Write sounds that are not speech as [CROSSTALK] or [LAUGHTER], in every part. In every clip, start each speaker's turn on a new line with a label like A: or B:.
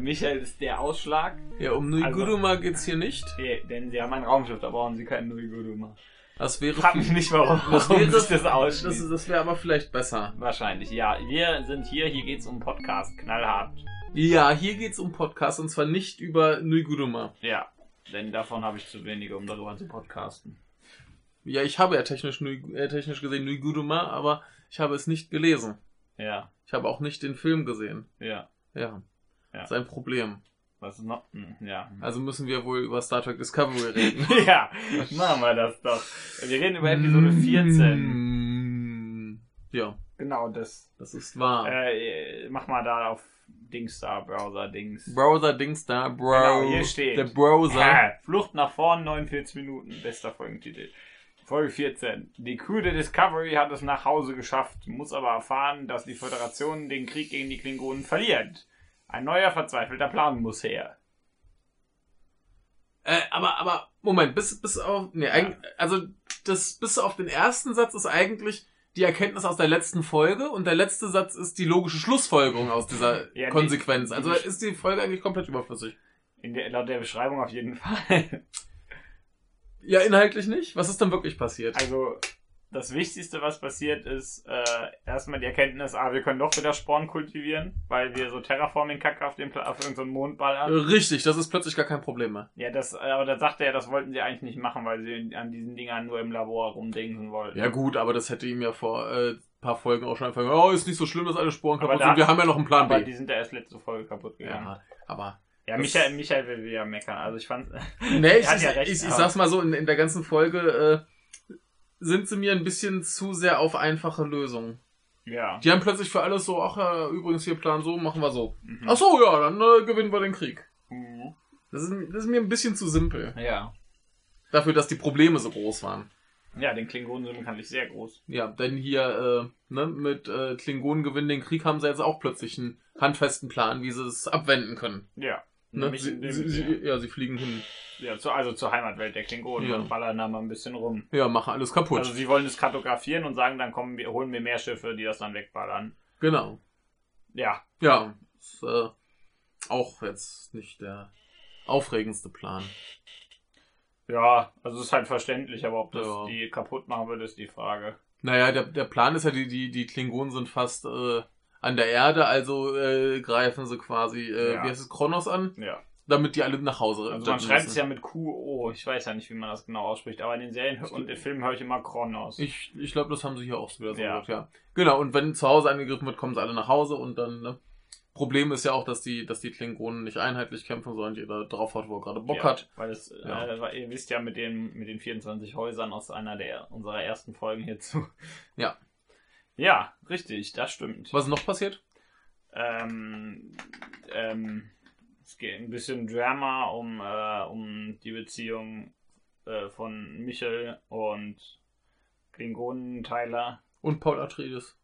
A: Michael ist der Ausschlag.
B: Ja, um Nuiguruma
A: Also-
B: geht's hier nicht.
A: Nee, denn sie haben ein Raumschiff, da brauchen sie keinen Nuiguruma.
B: Das wäre.
A: Frag mich nicht, [LAUGHS] warum,
B: Das
A: warum
B: wäre-
A: sich das
B: Das,
A: ausschließt.
B: ist- das wäre aber vielleicht besser.
A: Wahrscheinlich, ja. Wir sind hier, hier geht's um Podcast, knallhart.
B: Ja, hier geht's um Podcasts und zwar nicht über Nuiguruma.
A: Ja, denn davon habe ich zu wenige, um darüber zu podcasten.
B: Ja, ich habe ja technisch, Nui- äh, technisch gesehen Nuiguruma, aber ich habe es nicht gelesen.
A: Ja,
B: Ich habe auch nicht den Film gesehen.
A: ja.
B: Ja.
A: Ja.
B: Sein Problem.
A: Was ist noch? Hm, Ja. [LAUGHS]
B: Also müssen wir wohl über Star Trek Discovery reden.
A: ja, machen wir das doch. Wir reden [LAUGHS] über Episode 14.
B: Mm, [LAUGHS] Ja,
A: Genau das.
B: das ist wahr.
A: Äh, mach mal da auf Dings da, Browser Dings.
B: Browser Dings da, Bro.
A: Genau, hier steht.
B: Der Browser.
A: Ha, Flucht nach vorn, 49 Minuten. Bester Folgentitel. Folge 14. Die Crew der Discovery hat es nach Hause geschafft, muss aber erfahren, dass die Föderation den Krieg gegen die Klingonen verliert. Ein neuer verzweifelter Plan muss her.
B: Äh, aber, aber, Moment, bis, bis auf, nee, eigentlich, also, das, bis auf den ersten Satz ist eigentlich die Erkenntnis aus der letzten Folge und der letzte Satz ist die logische Schlussfolgerung aus dieser
A: [LAUGHS] Ja, die-
B: Konsequenz. Also
A: die-
B: ist die Folge eigentlich komplett überflüssig.
A: In der, laut der Beschreibung auf jeden [LAUGHS] Fall.
B: Ja, inhaltlich nicht. Was ist denn wirklich passiert?
A: Also, das Wichtigste, was passiert, ist äh, erstmal die Erkenntnis, ah, wir können doch wieder Sporn kultivieren, weil wir so Terraforming-Kacke auf, dem Pla- auf irgendeinen Mond ballern.
B: Richtig, das ist plötzlich gar kein Problem mehr.
A: Ja, das, aber da sagte er, das wollten sie eigentlich nicht machen, weil sie an diesen Dingern nur im Labor rumdingsen wollten.
B: Ja gut, aber das hätte ihm ja vor äh, paar Folgen auch schon einfach, oh, ist nicht so schlimm, dass alle Sporen
A: Aber
B: kaputt
A: da-
B: sind. Wir haben ja noch einen Plan
A: aber
B: B.
A: die sind da erst letzte Folge kaputt gegangen.
B: Ja, aber Das-
A: Ja, Michael, Michael will wieder meckern. Also ich fand
B: Nee, ich,
A: hat
B: ich,
A: ja recht,
B: ich, ich
A: aber-
B: sag's mal so, in, in der ganzen Folge äh, sind sie mir ein bisschen zu sehr auf einfache Lösungen.
A: [LAUGHS] ja.
B: Die haben plötzlich für alles so, ach ja, übrigens hier Plan so, machen wir so.
A: Mhm.
B: Ach so, ja, dann äh, gewinnen wir den Krieg.
A: Mhm.
B: Das ist, das ist mir ein bisschen zu simpel.
A: Ja.
B: Dafür, dass die Probleme so groß waren.
A: Ja, den Klingonen sind bekanntlich sehr groß.
B: Ja, denn hier äh, ne, mit äh, Klingonen gewinnen den Krieg haben sie jetzt auch plötzlich einen handfesten Plan, wie sie es abwenden können.
A: Ja.
B: Ne?
A: Nämlich in
B: Sie,
A: dem-
B: sie, sie, ja, sie fliegen hin.
A: ja, zu, also zur Heimatwelt der Klingonen
B: Ja.
A: und ballern da mal ein bisschen rum.
B: Ja, machen alles kaputt.
A: Also sie wollen es kartografieren und sagen, dann kommen wir, holen wir mehr Schiffe, die das dann wegballern.
B: genau.
A: Ja.
B: Ja, ist äh, auch jetzt nicht der aufregendste Plan.
A: Ja, also ist halt verständlich, aber ob das
B: Ja.
A: die kaputt machen würde, ist die Frage.
B: Naja, der, der Plan ist ja, die, die, die Klingonen sind fast äh, an der Erde, also äh, greifen sie quasi, äh,
A: Ja.
B: wie heißt es, Kronos an,
A: Ja.
B: damit die alle nach Hause
A: Also man
B: retten
A: schreibt es
B: müssen.
A: ja mit QO. Ich weiß ja nicht, wie man das genau ausspricht, aber in den Serien und den Filmen höre ich immer Kronos.
B: Ich, ich glaube, das haben sie hier auch wieder so
A: Ja.
B: gesagt, ja. Genau, und wenn zu Hause angegriffen wird, kommen sie alle nach Hause und dann, ne? Problem ist ja auch, dass die, dass die Klingonen nicht einheitlich kämpfen, sondern jeder drauf hat, wo er gerade Bock
A: ja,
B: hat.
A: Weil es, äh,
B: Ja.
A: weil ihr wisst ja mit den, mit den 24 Häusern aus einer der unserer ersten Folgen hierzu.
B: Ja.
A: Ja, richtig, das stimmt.
B: Was ist noch passiert?
A: Ähm, ähm, es geht ein bisschen Drama um, äh, um die Beziehung äh, von Michel und Klingonen Tyler,
B: Und Paul Atreides.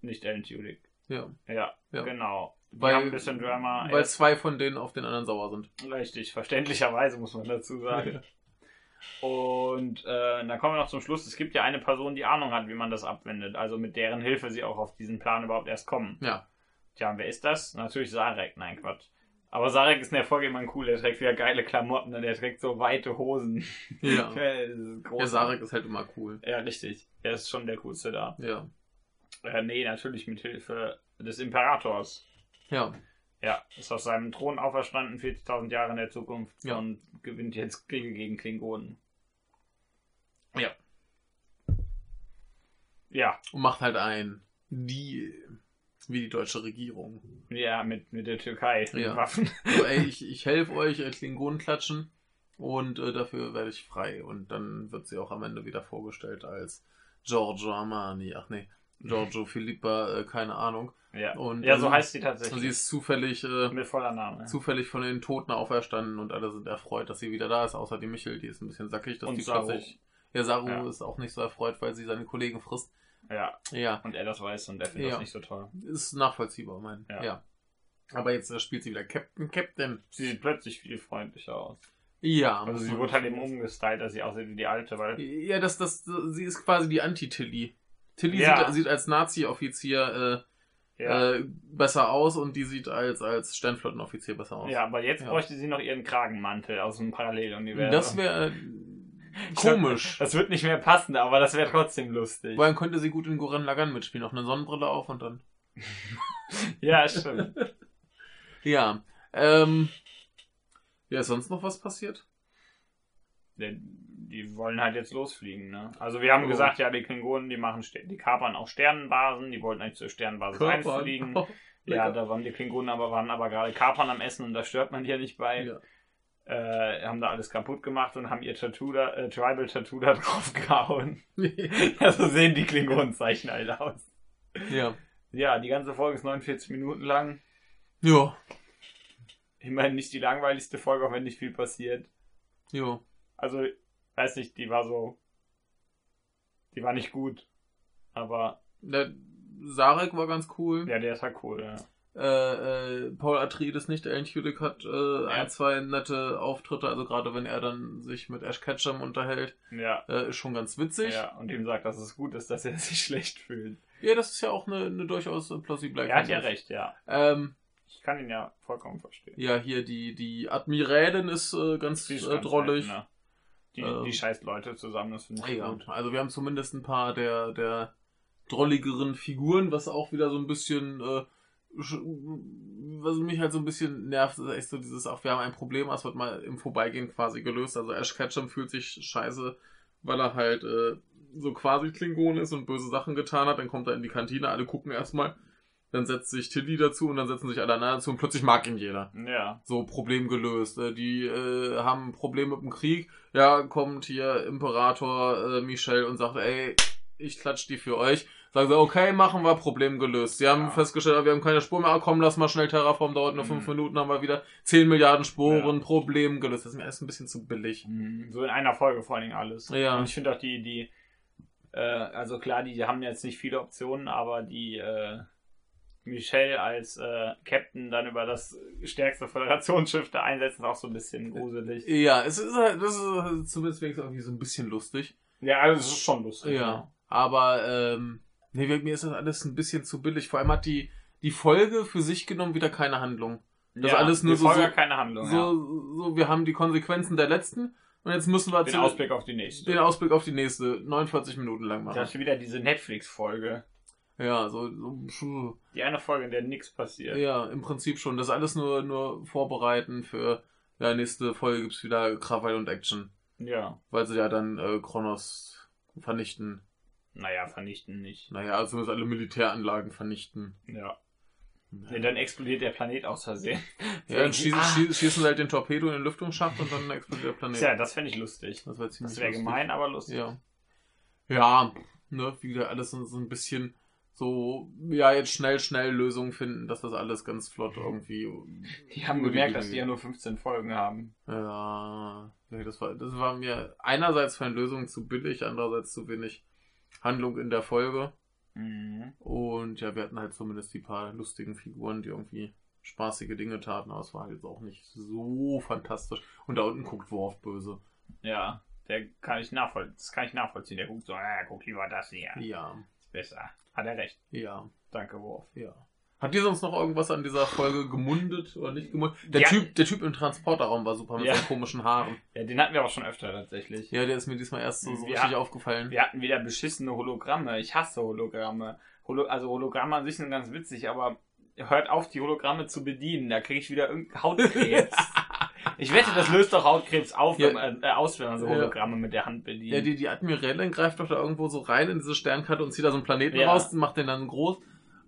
A: nicht Alan Tudyk.
B: Ja.
A: Ja,
B: Ja.
A: genau. Wir
B: Weil-
A: haben ein bisschen Drama. Er
B: Weil zwei von denen auf den anderen sauer sind.
A: Richtig, verständlicherweise muss man dazu sagen. Und äh, dann kommen wir noch zum Schluss. Es gibt ja eine Person, die Ahnung hat, wie man das abwendet. Also mit deren Hilfe sie auch auf diesen Plan überhaupt erst kommen.
B: Ja.
A: Tja, und wer ist das? Natürlich Sarek. Nein, Quatsch. Aber Sarek ist in der Folge immer cool. Der trägt wieder geile Klamotten und der trägt so weite Hosen. [LAUGHS]
B: Ja.
A: das ist groß.
B: Der Sarek ist halt immer cool.
A: Ja, richtig. Er ist schon der Coolste da.
B: Ja.
A: Äh, nee, natürlich mit Hilfe des Imperators.
B: Ja.
A: Ja, ist aus seinem Thron auferstanden, 40.000 Jahre in der Zukunft
B: Ja.
A: und gewinnt jetzt Kriege gegen Klingonen.
B: Ja.
A: Ja,
B: Und macht halt ein Deal. Wie die deutsche Regierung.
A: ja, mit, mit der Türkei, mit
B: Ja.
A: Waffen. [LAUGHS]
B: So, ey, ich, ich helfe euch, äh, Klingonen klatschen. Und äh, dafür werde ich frei. Und dann wird sie auch am Ende wieder vorgestellt als Giorgio Armani. Ach nee, Giorgio Filippa, äh, keine Ahnung.
A: Ja,
B: Und,
A: ja so
B: ähm,
A: heißt sie
B: Und
A: tatsächlich.
B: sie ist zufällig, äh,
A: mit voller Name.
B: zufällig von den Toten auferstanden und alle sind erfreut, dass sie wieder da ist. Außer die Michel, die ist ein bisschen sackig, dass
A: Und
B: die
A: Saru.
B: plötzlich. Ja, Saru
A: Ja.
B: ist auch nicht so erfreut, weil sie seine Kollegen frisst.
A: Ja,
B: Ja.
A: und er das weiß und er findet
B: Ja.
A: das nicht so toll.
B: Ist nachvollziehbar, mein.
A: Ja.
B: Ja. Aber jetzt äh, spielt sie wieder Captain Captain.
A: Sie sieht plötzlich viel freundlicher aus.
B: Ja.
A: Also
B: muss
A: sie
B: man-
A: wurde halt eben umgestylt, dass sie aussieht wie die alte, weil
B: Ja, das, das, sie ist quasi die Anti-Tilly. Tilly
A: Ja.
B: sieht, sieht als Nazi-Offizier
A: Ja.
B: äh, besser aus und die sieht als, als Sternflottenoffizier besser aus.
A: ja, aber jetzt
B: Ja.
A: bräuchte sie noch ihren Kragenmantel aus dem Paralleluniversum.
B: das wäre äh,
A: Ich also- glaub,
B: komisch.
A: Das wird nicht mehr passen, aber das wäre trotzdem lustig.
B: Vor allem könnte sie gut in Gurren Lagann mitspielen, auch eine Sonnenbrille auf und dann.
A: Ja, stimmt.
B: Ja. Ähm, ja, ist sonst noch was passiert?
A: Denn die wollen halt jetzt losfliegen, ne? Also wir haben
B: Oh.
A: gesagt, ja, die Klingonen, die machen, Ste- die kapern auch Sternenbasen, die wollten eigentlich zur Sternenbasis 1
B: [LAUGHS]
A: Also fliegen.
B: Oh,
A: Ja, da waren die Klingonen aber, waren aber gerade kapern am Essen und da stört man die ja nicht bei.
B: Ja.
A: Äh, haben da alles kaputt gemacht und haben ihr Tattoo da, äh, Tribal Tattoo da [LAUGHS] drauf gehauen.
B: [LAUGHS]
A: ja, so sehen die Klingonenzeichen halt aus.
B: ja.
A: Ja, die ganze Folge ist 49 Minuten lang.
B: Ja.
A: Immerhin nicht die langweiligste Folge, auch wenn nicht viel passiert.
B: Jo.
A: Also, weiß nicht, die war so. Die war nicht gut. Aber,
B: Der Sarek war ganz cool.
A: ja, der ist halt cool, ja.
B: Äh, äh, Paul Atreides nicht, Alan Tudyk hat äh, ein, zwei nette Auftritte, also gerade wenn er dann sich mit Ash Ketchum unterhält,
A: Ja,
B: äh, ist schon ganz witzig.
A: ja. Und ihm sagt, dass es gut ist, dass er [LAUGHS] sich schlecht fühlt.
B: Ja, das ist ja auch eine, eine durchaus äh, plausible
A: Er hat ja
B: Erkenntnis.
A: recht, ja.
B: Ähm,
A: Ich kann ihn ja vollkommen verstehen.
B: ja, hier die, die Admirälin ist äh, ganz
A: Die ist
B: äh,
A: ganz
B: drollig.
A: nett, ne? Die,
B: Ähm.
A: die scheiß Leute zusammen, das finde ich
B: ja,
A: gut.
B: also wir haben zumindest ein paar der, der drolligeren Figuren, was auch wieder so ein bisschen, äh, sch- was mich halt so ein bisschen nervt, ist echt so dieses, auch wir haben ein Problem, das wird mal im Vorbeigehen quasi gelöst. Also Ash Ketchum fühlt sich scheiße, weil er halt äh, so quasi Klingon ist und böse Sachen getan hat. Dann kommt er in die Kantine, alle gucken erstmal, dann setzt sich Tilly dazu und dann setzen sich alle anderen dazu und plötzlich mag ihn jeder
A: Ja,
B: so Problem gelöst. Äh, Die äh, haben ein Problem mit dem Krieg. Ja, kommt hier Imperator äh, Michel und sagt, ey, ich klatsch die für euch. Sagen sie, okay, machen wir, Problem gelöst. Sie haben
A: Ja.
B: festgestellt, wir haben keine Spuren mehr. Ah, Komm, lass mal schnell Terraform, dauert nur
A: Mhm.
B: fünf Minuten, haben wir wieder 10 Milliarden Sporen, Problem gelöst. Das ist mir alles ein bisschen zu billig.
A: Mhm. so in einer Folge vor allen Dingen alles.
B: Ja.
A: Und ich finde auch die, die, äh, also klar, die, die haben jetzt nicht viele Optionen, aber die, äh, Michelle als äh, Captain dann über das stärkste Föderationsschiff da einsetzen, ist auch so ein bisschen gruselig.
B: Ja, es ist halt, das ist halt zumindest wenigstens irgendwie so ein bisschen lustig.
A: Ja, also es ist schon lustig.
B: Ja, aber ähm, nee, mir ist das alles ein bisschen zu billig. Vor allem hat die, die Folge für sich genommen wieder keine Handlung. Das
A: ja,
B: ist alles nur
A: die
B: so-
A: Folge
B: so-
A: hat keine Handlung. ja.
B: So, so, wir haben die Konsequenzen der letzten und jetzt müssen wir
A: Den
B: zu-
A: Ausblick auf die nächste.
B: den Ausblick auf die nächste 49 Minuten lang machen.
A: Das ist wieder diese Netflix-Folge.
B: Ja, so, so
A: Die eine Folge, in der nichts passiert.
B: ja, im Prinzip schon. Das ist alles nur, nur vorbereiten für ja, nächste Folge gibt's wieder Krawall und Action,
A: Ja.
B: weil sie ja dann äh, Kronos vernichten.
A: Naja, vernichten nicht.
B: Naja, also müssen alle Militäranlagen vernichten.
A: Ja. Nee, dann explodiert der Planet aus Versehen.
B: Ja, dann schießen,
A: Ah.
B: schießen, schießen sie halt den Torpedo in den Lüftungsschacht und dann explodiert der Planet.
A: Tja, das fände ich lustig.
B: das wäre
A: Das wäre gemein, aber lustig.
B: Ja. Ja, ne, wie gesagt, alles so, so ein bisschen so, ja, jetzt schnell, schnell Lösungen finden, dass das alles ganz flott irgendwie.
A: Die haben
B: über die Bühne
A: gemerkt, dass die
B: geht.
A: ja nur 15 Folgen haben.
B: Ja, nee, das war, das war mir einerseits von Lösungen zu billig, andererseits zu wenig Handlung in der Folge.
A: Mhm.
B: Und ja, wir hatten halt zumindest die paar lustigen Figuren, die irgendwie spaßige Dinge taten, aber es war halt jetzt auch nicht so fantastisch. Und da unten guckt Worf böse.
A: Ja, der kann ich nachvollziehen. Das kann ich nachvollziehen. Der guckt so, ah, guck lieber das hier.
B: Ja,
A: Ist besser. Hat er recht.
B: ja.
A: Danke, Wurf.
B: Ja. Hat dir sonst noch irgendwas an dieser Folge gemundet oder nicht gemundet? Der,
A: Ja.
B: typ, der typ im Transporterraum war super mit
A: Ja.
B: seinen komischen Haaren.
A: Ja, den hatten wir auch schon öfter tatsächlich.
B: Ja, der ist mir diesmal erst so, so
A: Ja.
B: richtig aufgefallen.
A: Wir hatten wieder beschissene Hologramme. Ich hasse Hologramme. Holo also Hologramme an sich sind ganz witzig, aber hört auf, die Hologramme zu bedienen. Da kriege ich wieder irgendeinen
B: [LAUGHS]
A: Hautkrebs. ich wette, das löst doch Hautkrebs auf,
B: Ja.
A: wenn man, äh, aus, wenn man so
B: Ja.
A: Hologramme mit der Hand bedient.
B: Ja, die, die Admirälin greift doch da irgendwo so rein in diese Sternkarte und zieht da so einen Planeten
A: Ja.
B: raus, macht den dann groß.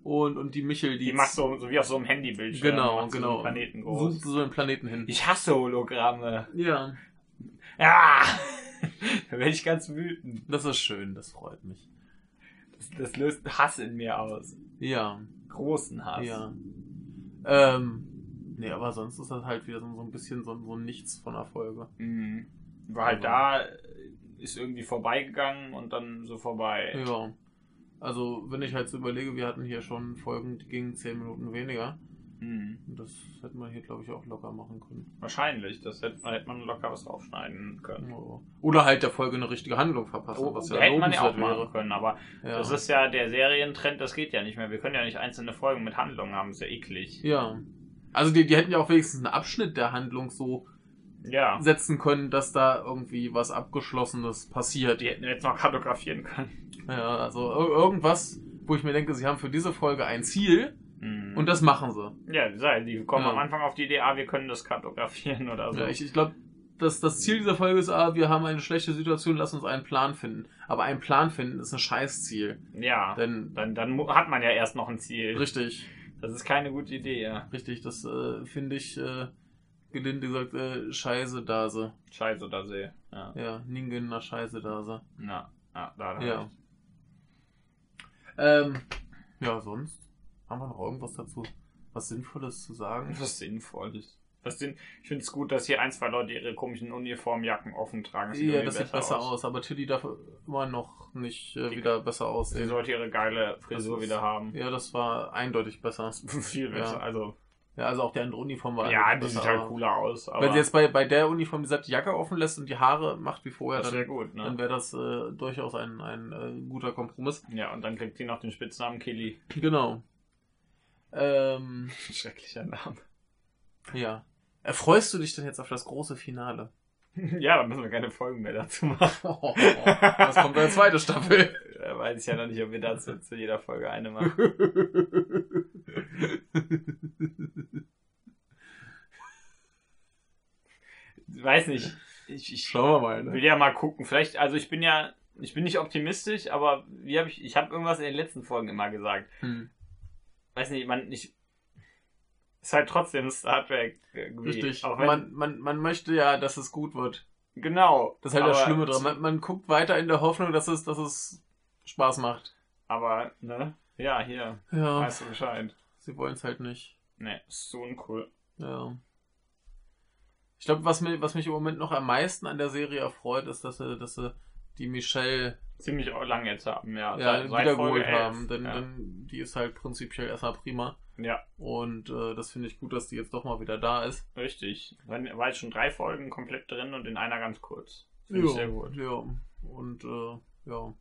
B: Und, und die Michel, die,
A: Die macht so, so wie auf so einem Handybildschirm.
B: genau,
A: macht sie
B: genau.
A: So einen Planeten
B: Sucht
A: groß.
B: so einen Planeten hin.
A: Ich hasse Hologramme.
B: Ja,
A: Ah! [LAUGHS] Da werde ich ganz wütend.
B: das ist schön, das freut mich.
A: Das, das löst Hass in mir aus.
B: Ja.
A: Großen Hass.
B: Ja. Ähm, nee, aber sonst ist das halt wieder so, so ein bisschen so, so nichts von der Folge.
A: Mhm. War halt da, äh, ist irgendwie vorbeigegangen und dann so vorbei.
B: Ja. Also, wenn ich halt so überlege, wir hatten hier schon Folgen, die gingen 10 Minuten weniger.
A: Mhm.
B: Und Das hätte man hier, glaube ich, auch locker machen können.
A: Wahrscheinlich, das hätte, hätte man locker was aufschneiden können.
B: Ja. Oder halt der Folge eine richtige Handlung verpassen,
A: Oh,
B: was ja
A: hätte man ja auch
B: lobenswert
A: machen
B: wäre.
A: können, aber
B: Ja.
A: das ist ja der Serientrend, das geht ja nicht mehr. Wir können ja nicht einzelne Folgen mit Handlungen haben, ist ja eklig.
B: ja. Also die, die hätten ja auch wenigstens einen Abschnitt der Handlung so
A: Ja,
B: setzen können, dass da irgendwie was Abgeschlossenes passiert.
A: die hätten wir jetzt noch kartografieren können.
B: Ja, also ir- irgendwas, wo ich mir denke, sie haben für diese Folge ein Ziel
A: Mhm.
B: und das machen sie.
A: ja, sei, die kommen
B: Ja.
A: am Anfang auf die Idee, ah, wir können das kartografieren oder so.
B: Ja, Also ich ich glaube, das, das Ziel dieser Folge ist, ah, wir haben eine schlechte Situation, lass uns einen Plan finden. Aber einen Plan finden ist ein Scheißziel.
A: ja.
B: Denn,
A: Dann, dann mu- hat man ja erst noch ein Ziel.
B: richtig,
A: Das ist keine gute Idee, ja.
B: richtig, das äh, finde ich, äh, gelinde gesagt, äh, Scheiße Dase.
A: Scheiße, da sehe. Ja.
B: Ja, Ningen na Scheiße Dase.
A: Na, na, da, da.
B: Ja. Ähm, ja, sonst haben wir noch irgendwas dazu, was Sinnvolles zu sagen?
A: Was Sinnvolles. Was Sinn ich finde es gut, dass hier ein, zwei Leute ihre komischen Uniformjacken offen tragen. sieht
B: Ja,
A: irgendwie
B: das sieht besser aus. aber Tilly darf immer noch nicht äh,
A: Die-
B: wieder besser
A: Sie
B: aussehen.
A: sollte ihre geile Frisur
B: Das ist-
A: wieder haben.
B: Ja, das war eindeutig besser.
A: [LAUGHS] Viel besser.
B: Ja.
A: Also,
B: Ja, also auch die andere Uniform war
A: ja, die
B: eindeutig
A: sieht
B: besser,
A: halt
B: aber-
A: cooler aus. Aber
B: Wenn sie jetzt bei, bei der Uniform die die Jacke offen lässt und die Haare macht wie vorher,
A: das wäre
B: dann,
A: gut,
B: dann
A: ne?
B: wäre das äh, durchaus ein, ein äh, guter Kompromiss.
A: Ja, und dann kriegt sie noch den Spitznamen Killy.
B: Genau. Ähm,
A: Schrecklicher Name.
B: ja. Erfreust du dich denn jetzt auf das große
A: [LAUGHS]
B: Finale?
A: [LAUGHS] ja, da müssen wir keine Folgen mehr dazu machen.
B: Was kommt in der zweiten Staffel?
A: Da Äh, weiß ich ja noch nicht, ob wir dazu zu jeder Folge eine machen. Weiß nicht. Ich, ich
B: Schauen wir mal.
A: will
B: Ne?
A: ja mal gucken. Vielleicht, also ich bin ja, ich bin nicht optimistisch, aber wie habe ich, ich habe irgendwas in den letzten Folgen immer gesagt.
B: Hm,
A: Weiß nicht, man, ich, ist halt trotzdem Star Trek. irgendwie.
B: richtig.
A: Auch wenn,
B: Man, man, man möchte ja, dass es gut wird.
A: genau.
B: Das ist halt das
A: aber-
B: Schlimme dran. Man, man guckt weiter in der Hoffnung, dass es, dass es Spaß macht.
A: Aber, ne? Ja, hier.
B: Ja,
A: Weißt du Bescheid.
B: sie wollen es halt nicht.
A: Ne, ist so uncool.
B: Ja. Ich glaube, was, mir- was mich im Moment noch am meisten an der Serie erfreut, ist, dass sie, dass sie die Michelle
A: Ziemlich lang jetzt haben, ja.
B: ja,
A: Folge
B: wiedergeholt
A: 11.
B: haben. Denn,
A: ja.
B: denn die ist halt prinzipiell erstmal prima.
A: ja,
B: Und äh, das finde ich gut, dass die jetzt doch mal wieder da ist.
A: richtig. Dann war jetzt schon drei Folgen komplett drin und in einer ganz kurz. Finde ich
B: Ja,
A: sehr gut.
B: ja. Und äh, ja.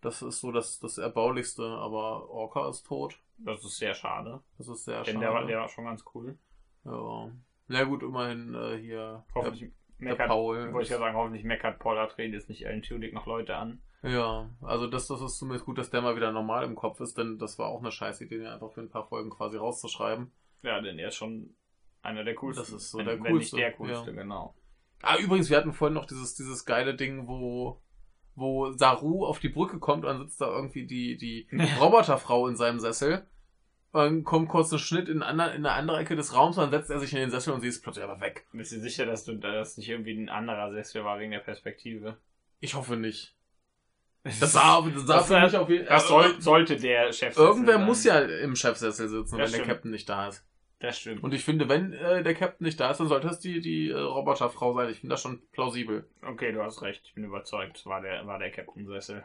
B: Das ist so das, das Erbaulichste, aber Orca ist tot.
A: Das ist sehr schade.
B: Das ist sehr
A: Denn
B: schade.
A: der war, der war schon ganz cool.
B: ja. Na gut, immerhin äh, hier der,
A: Hoffentlich
B: der
A: meckert,
B: Paul.
A: wollte ich ja
B: ist-
A: sagen, hoffentlich meckert Paula Trin jetzt nicht Alan Tudyk noch Leute an.
B: Ja, also das, das ist zumindest gut, dass der mal wieder normal im Kopf ist, denn das war auch eine scheiß Idee, den einfach für ein paar Folgen quasi rauszuschreiben.
A: Ja, denn er ist schon einer der coolsten.
B: Das ist so
A: wenn,
B: der
A: wenn
B: coolste,
A: nicht der coolste, genau.
B: Ah, übrigens, wir hatten vorhin noch dieses, dieses geile Ding, wo, wo Saru auf die Brücke kommt und dann sitzt da irgendwie die,
A: [LAUGHS]
B: die Roboterfrau in seinem Sessel. Dann kommt kurz ein Schnitt in, ander, in eine andere Ecke des Raums, dann setzt er sich in den Sessel und sie ist plötzlich aber weg.
A: Bist du sicher, dass du das nicht irgendwie ein anderer Sessel war wegen der Perspektive?
B: Ich hoffe nicht. Das sah, das sah
A: Das
B: für
A: war-
B: mich auf jeden
A: [LAUGHS] Das soll, sollte der Chef
B: Irgendwer
A: sein.
B: muss ja im Chefsessel sitzen,
A: Ja,
B: wenn der
A: stimmt.
B: Captain nicht da ist.
A: Das stimmt.
B: Und ich finde, wenn äh, der Captain nicht da ist, dann sollte es die, die äh, Roboterfrau sein. Ich finde das schon plausibel.
A: Okay, du hast recht. Ich bin überzeugt. Es War der, war der Captain Sessel.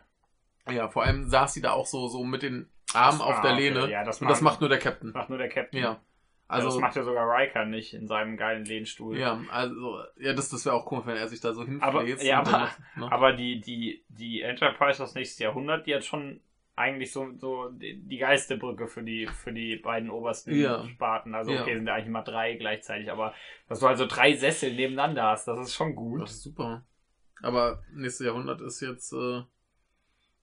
B: Ja, vor allem saß sie da auch so, so mit den Armen auf
A: Ah,
B: der
A: okay.
B: Lehne.
A: Ja, das,
B: und das macht nur der Captain.
A: macht nur der Captain.
B: Ja.
A: Also, das
B: Also,
A: macht ja sogar Riker nicht in seinem geilen Lehnstuhl.
B: ja, also, ja, das, das wäre auch komisch, wenn er sich da so hinfläzt.
A: Aber- ja,
B: und dann
A: aber-
B: noch- ne?
A: Aber die, die, die Enterprise aus nächstes Jahrhundert, die hat schon eigentlich so, so die die geilste Brücke für die, für die beiden obersten
B: Ja.
A: Sparten. Also
B: Ja.
A: okay, sind ja eigentlich mal drei gleichzeitig, aber dass du also drei Sessel nebeneinander hast, das ist schon
B: Das
A: gut.
B: ist super. Aber nächstes Jahrhundert ist jetzt, äh,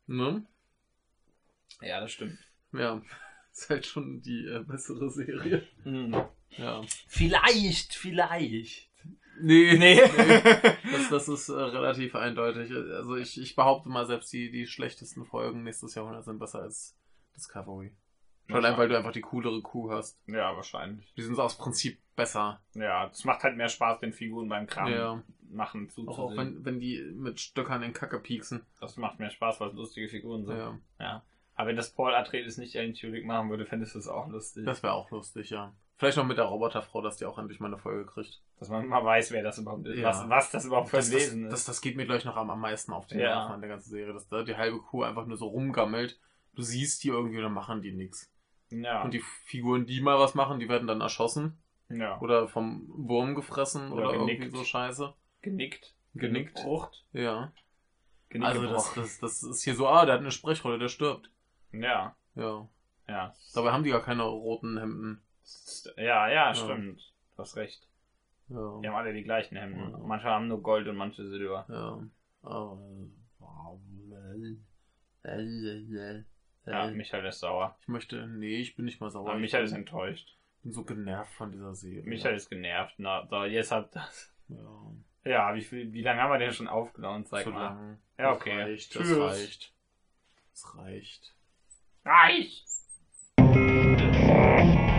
B: ne?
A: Ja, das stimmt.
B: Ja. [LAUGHS] Ist halt schon die äh, bessere Serie. Ja.
A: Vielleicht, vielleicht.
B: Nee,
A: [LAUGHS] Nee.
B: Das, das ist äh, relativ eindeutig. Also ich, ich behaupte mal, selbst die, die schlechtesten Folgen nächstes Jahrhundert sind besser als Discovery. [LAUGHS] Schon allein, weil du einfach die coolere Crew hast.
A: ja, wahrscheinlich.
B: Die sind aus Prinzip besser.
A: Ja, es macht halt mehr Spaß, den Figuren beim Kram
B: ja.
A: machen
B: Auch, auch
A: zuzusehen.
B: wenn, wenn die mit Stöckern in Kacke pieksen.
A: Das macht mehr Spaß, weil es lustige Figuren sind.
B: Ja.
A: Aber wenn das Paul Atreides nicht einen Tulik machen würde, fändest du es auch lustig.
B: Das wäre auch lustig, ja. Vielleicht noch mit der Roboterfrau, dass die auch endlich mal eine Folge kriegt.
A: Dass man mal weiß, wer das überhaupt ist.
B: Ja.
A: Was, was das überhaupt für ein
B: Das, das,
A: Wesen
B: das,
A: ist.
B: das geht mir gleich noch am, am meisten auf den
A: ne? Ja.
B: Nerven an der ganzen Serie, dass da die halbe Crew einfach nur so rumgammelt. Du siehst die irgendwie und dann machen die nichts.
A: Ja.
B: Und die Figuren, die mal was machen, die werden dann erschossen
A: ja.
B: oder vom Wurm gefressen
A: Oder
B: oder,
A: genickt.
B: irgendwie so Scheiße.
A: Genickt.
B: Genickt.
A: Gerucht.
B: Ja.
A: Genick
B: Also das,
A: gebrochen.
B: das, das ist hier so, ah, der hat eine Sprechrolle, der stirbt.
A: Ja.
B: Ja.
A: Ja.
B: Dabei haben die gar keine roten Hemden.
A: Ja, ja, stimmt. Du hast recht.
B: Ja.
A: Die haben alle die gleichen Hemden.
B: Ja.
A: Manche haben nur Gold und manche Silber.
B: Ja. Aber-
A: Ja, Michael ist sauer.
B: Ich möchte, nee, ich bin nicht mal sauer.
A: Aber
B: Ich
A: Michael ist
B: bin-
A: enttäuscht.
B: bin so genervt von dieser Serie.
A: Michael ist genervt. Na, so, jetzt habt das.
B: ja.
A: Ja, wie, viel, wie lange haben wir denn schon aufgenommen? Zeig
B: zu
A: mal.
B: lang.
A: Ja, okay.
B: Das reicht,
A: Tschüss.
B: das reicht. Das reicht.
A: Reich!